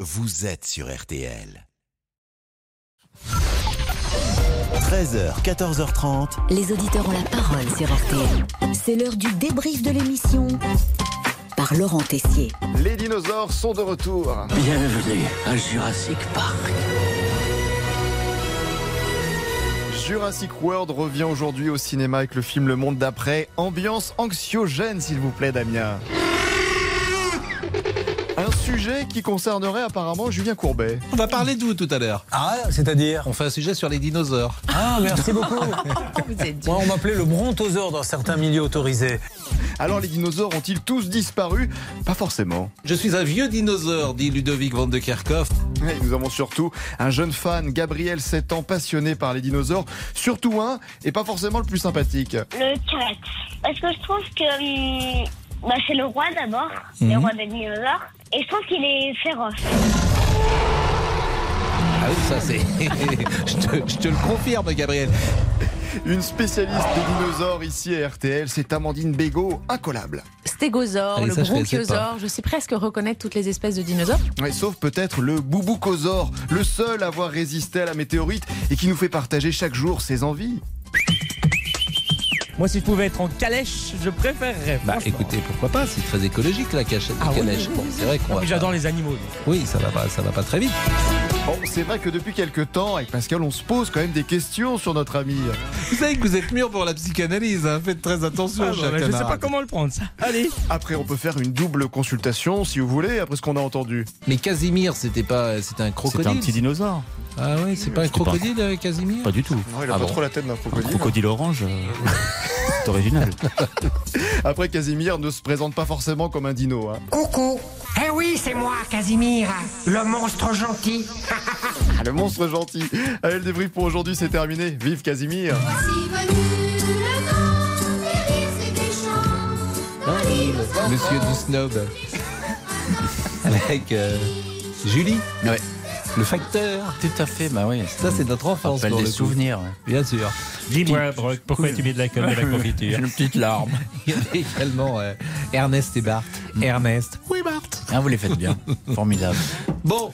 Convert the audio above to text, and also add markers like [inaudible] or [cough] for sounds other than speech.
vous êtes sur RTL. 13h, 14h30. Les auditeurs ont la parole sur RTL. C'est l'heure du débrief de l'émission par Laurent Tessier. Les dinosaures sont de retour. Bienvenue à Jurassic Park. Jurassic World revient aujourd'hui au cinéma avec le film Le Monde d'après. Ambiance anxiogène, s'il vous plaît, Damien. Un sujet qui concernerait apparemment Julien Courbet. On va parler de vous tout à l'heure. Ah, c'est-à-dire On fait un sujet sur les dinosaures. Ah, merci beaucoup. Moi, on m'appelait le brontosaure dans certains milieux autorisés. Alors les dinosaures ont-ils tous disparu Pas forcément. Je suis un vieux dinosaure, dit Ludovic van de Kerkhoff. Et nous avons surtout un jeune fan, Gabriel, 7 ans, passionné par les dinosaures. Surtout un, et pas forcément le plus sympathique. Le 4. Parce que je trouve que hum, bah, c'est le roi d'abord, le roi des dinosaures. Et je trouve qu'il est féroce. Ah oui, ça c'est. [laughs] je, te, je te le confirme, Gabriel. Une spécialiste des dinosaures ici à RTL, c'est Amandine Bégaud, incollable. stégosaure, Allez, le ça, je connaissais bronchiosaure. Je sais presque reconnaître toutes les espèces de dinosaures. Ouais, sauf peut-être le bouboucosaure, le seul à avoir résisté à la météorite et qui nous fait partager chaque jour ses envies. Moi, si je pouvais être en calèche, je préférerais. Bah franchement. écoutez, pourquoi pas C'est très écologique la cachette. Ah la oui, calèche. oui, Bon, oui, c'est vrai qu'on. Non, va mais j'adore pas- les animaux. donc. Oui, ça va pas, ça va pas très vite. Bon, c'est vrai que depuis quelques temps, avec Pascal, on se pose quand même des questions sur notre ami. Vous savez que vous êtes mûr pour la psychanalyse. hein. Faites très attention, Ah, cher bah, je sais camarade. pas comment le prendre, ça. Allez. Après, on peut faire une double consultation, si vous voulez, après ce qu'on a entendu. Mais Casimir, c'était pas, c'était un crocodile. C'était un petit dinosaure. Ah oui, c'est pas un C'était pas- crocodile, euh, Casimir. Pas du tout. Non, il a pas Ah bon trop la tête d'un crocodile. Crocodile orange. euh, C'est original. Après, Casimir ne se présente pas forcément comme un dino. hein. Coucou. Eh oui, c'est moi, Casimir, le monstre gentil. Ah, le monstre gentil. Allez, le débrief pour aujourd'hui, c'est terminé. Vive Casimir Monsieur du Snob. Avec euh, Julie. Ouais. Le facteur. [laughs] Tout à fait, bah oui. Ça, c'est notre enfance. Rappelle pour des le coup. souvenirs. Bien sûr. [laughs] Dis-moi, Brock, pourquoi tu mets de la com de la J'ai [laughs] confiture une petite larme. Il y avait également euh, Mm. Ernest et Bart. Ernest. [laughs] Ah, vous les faites bien. Formidable. Bon,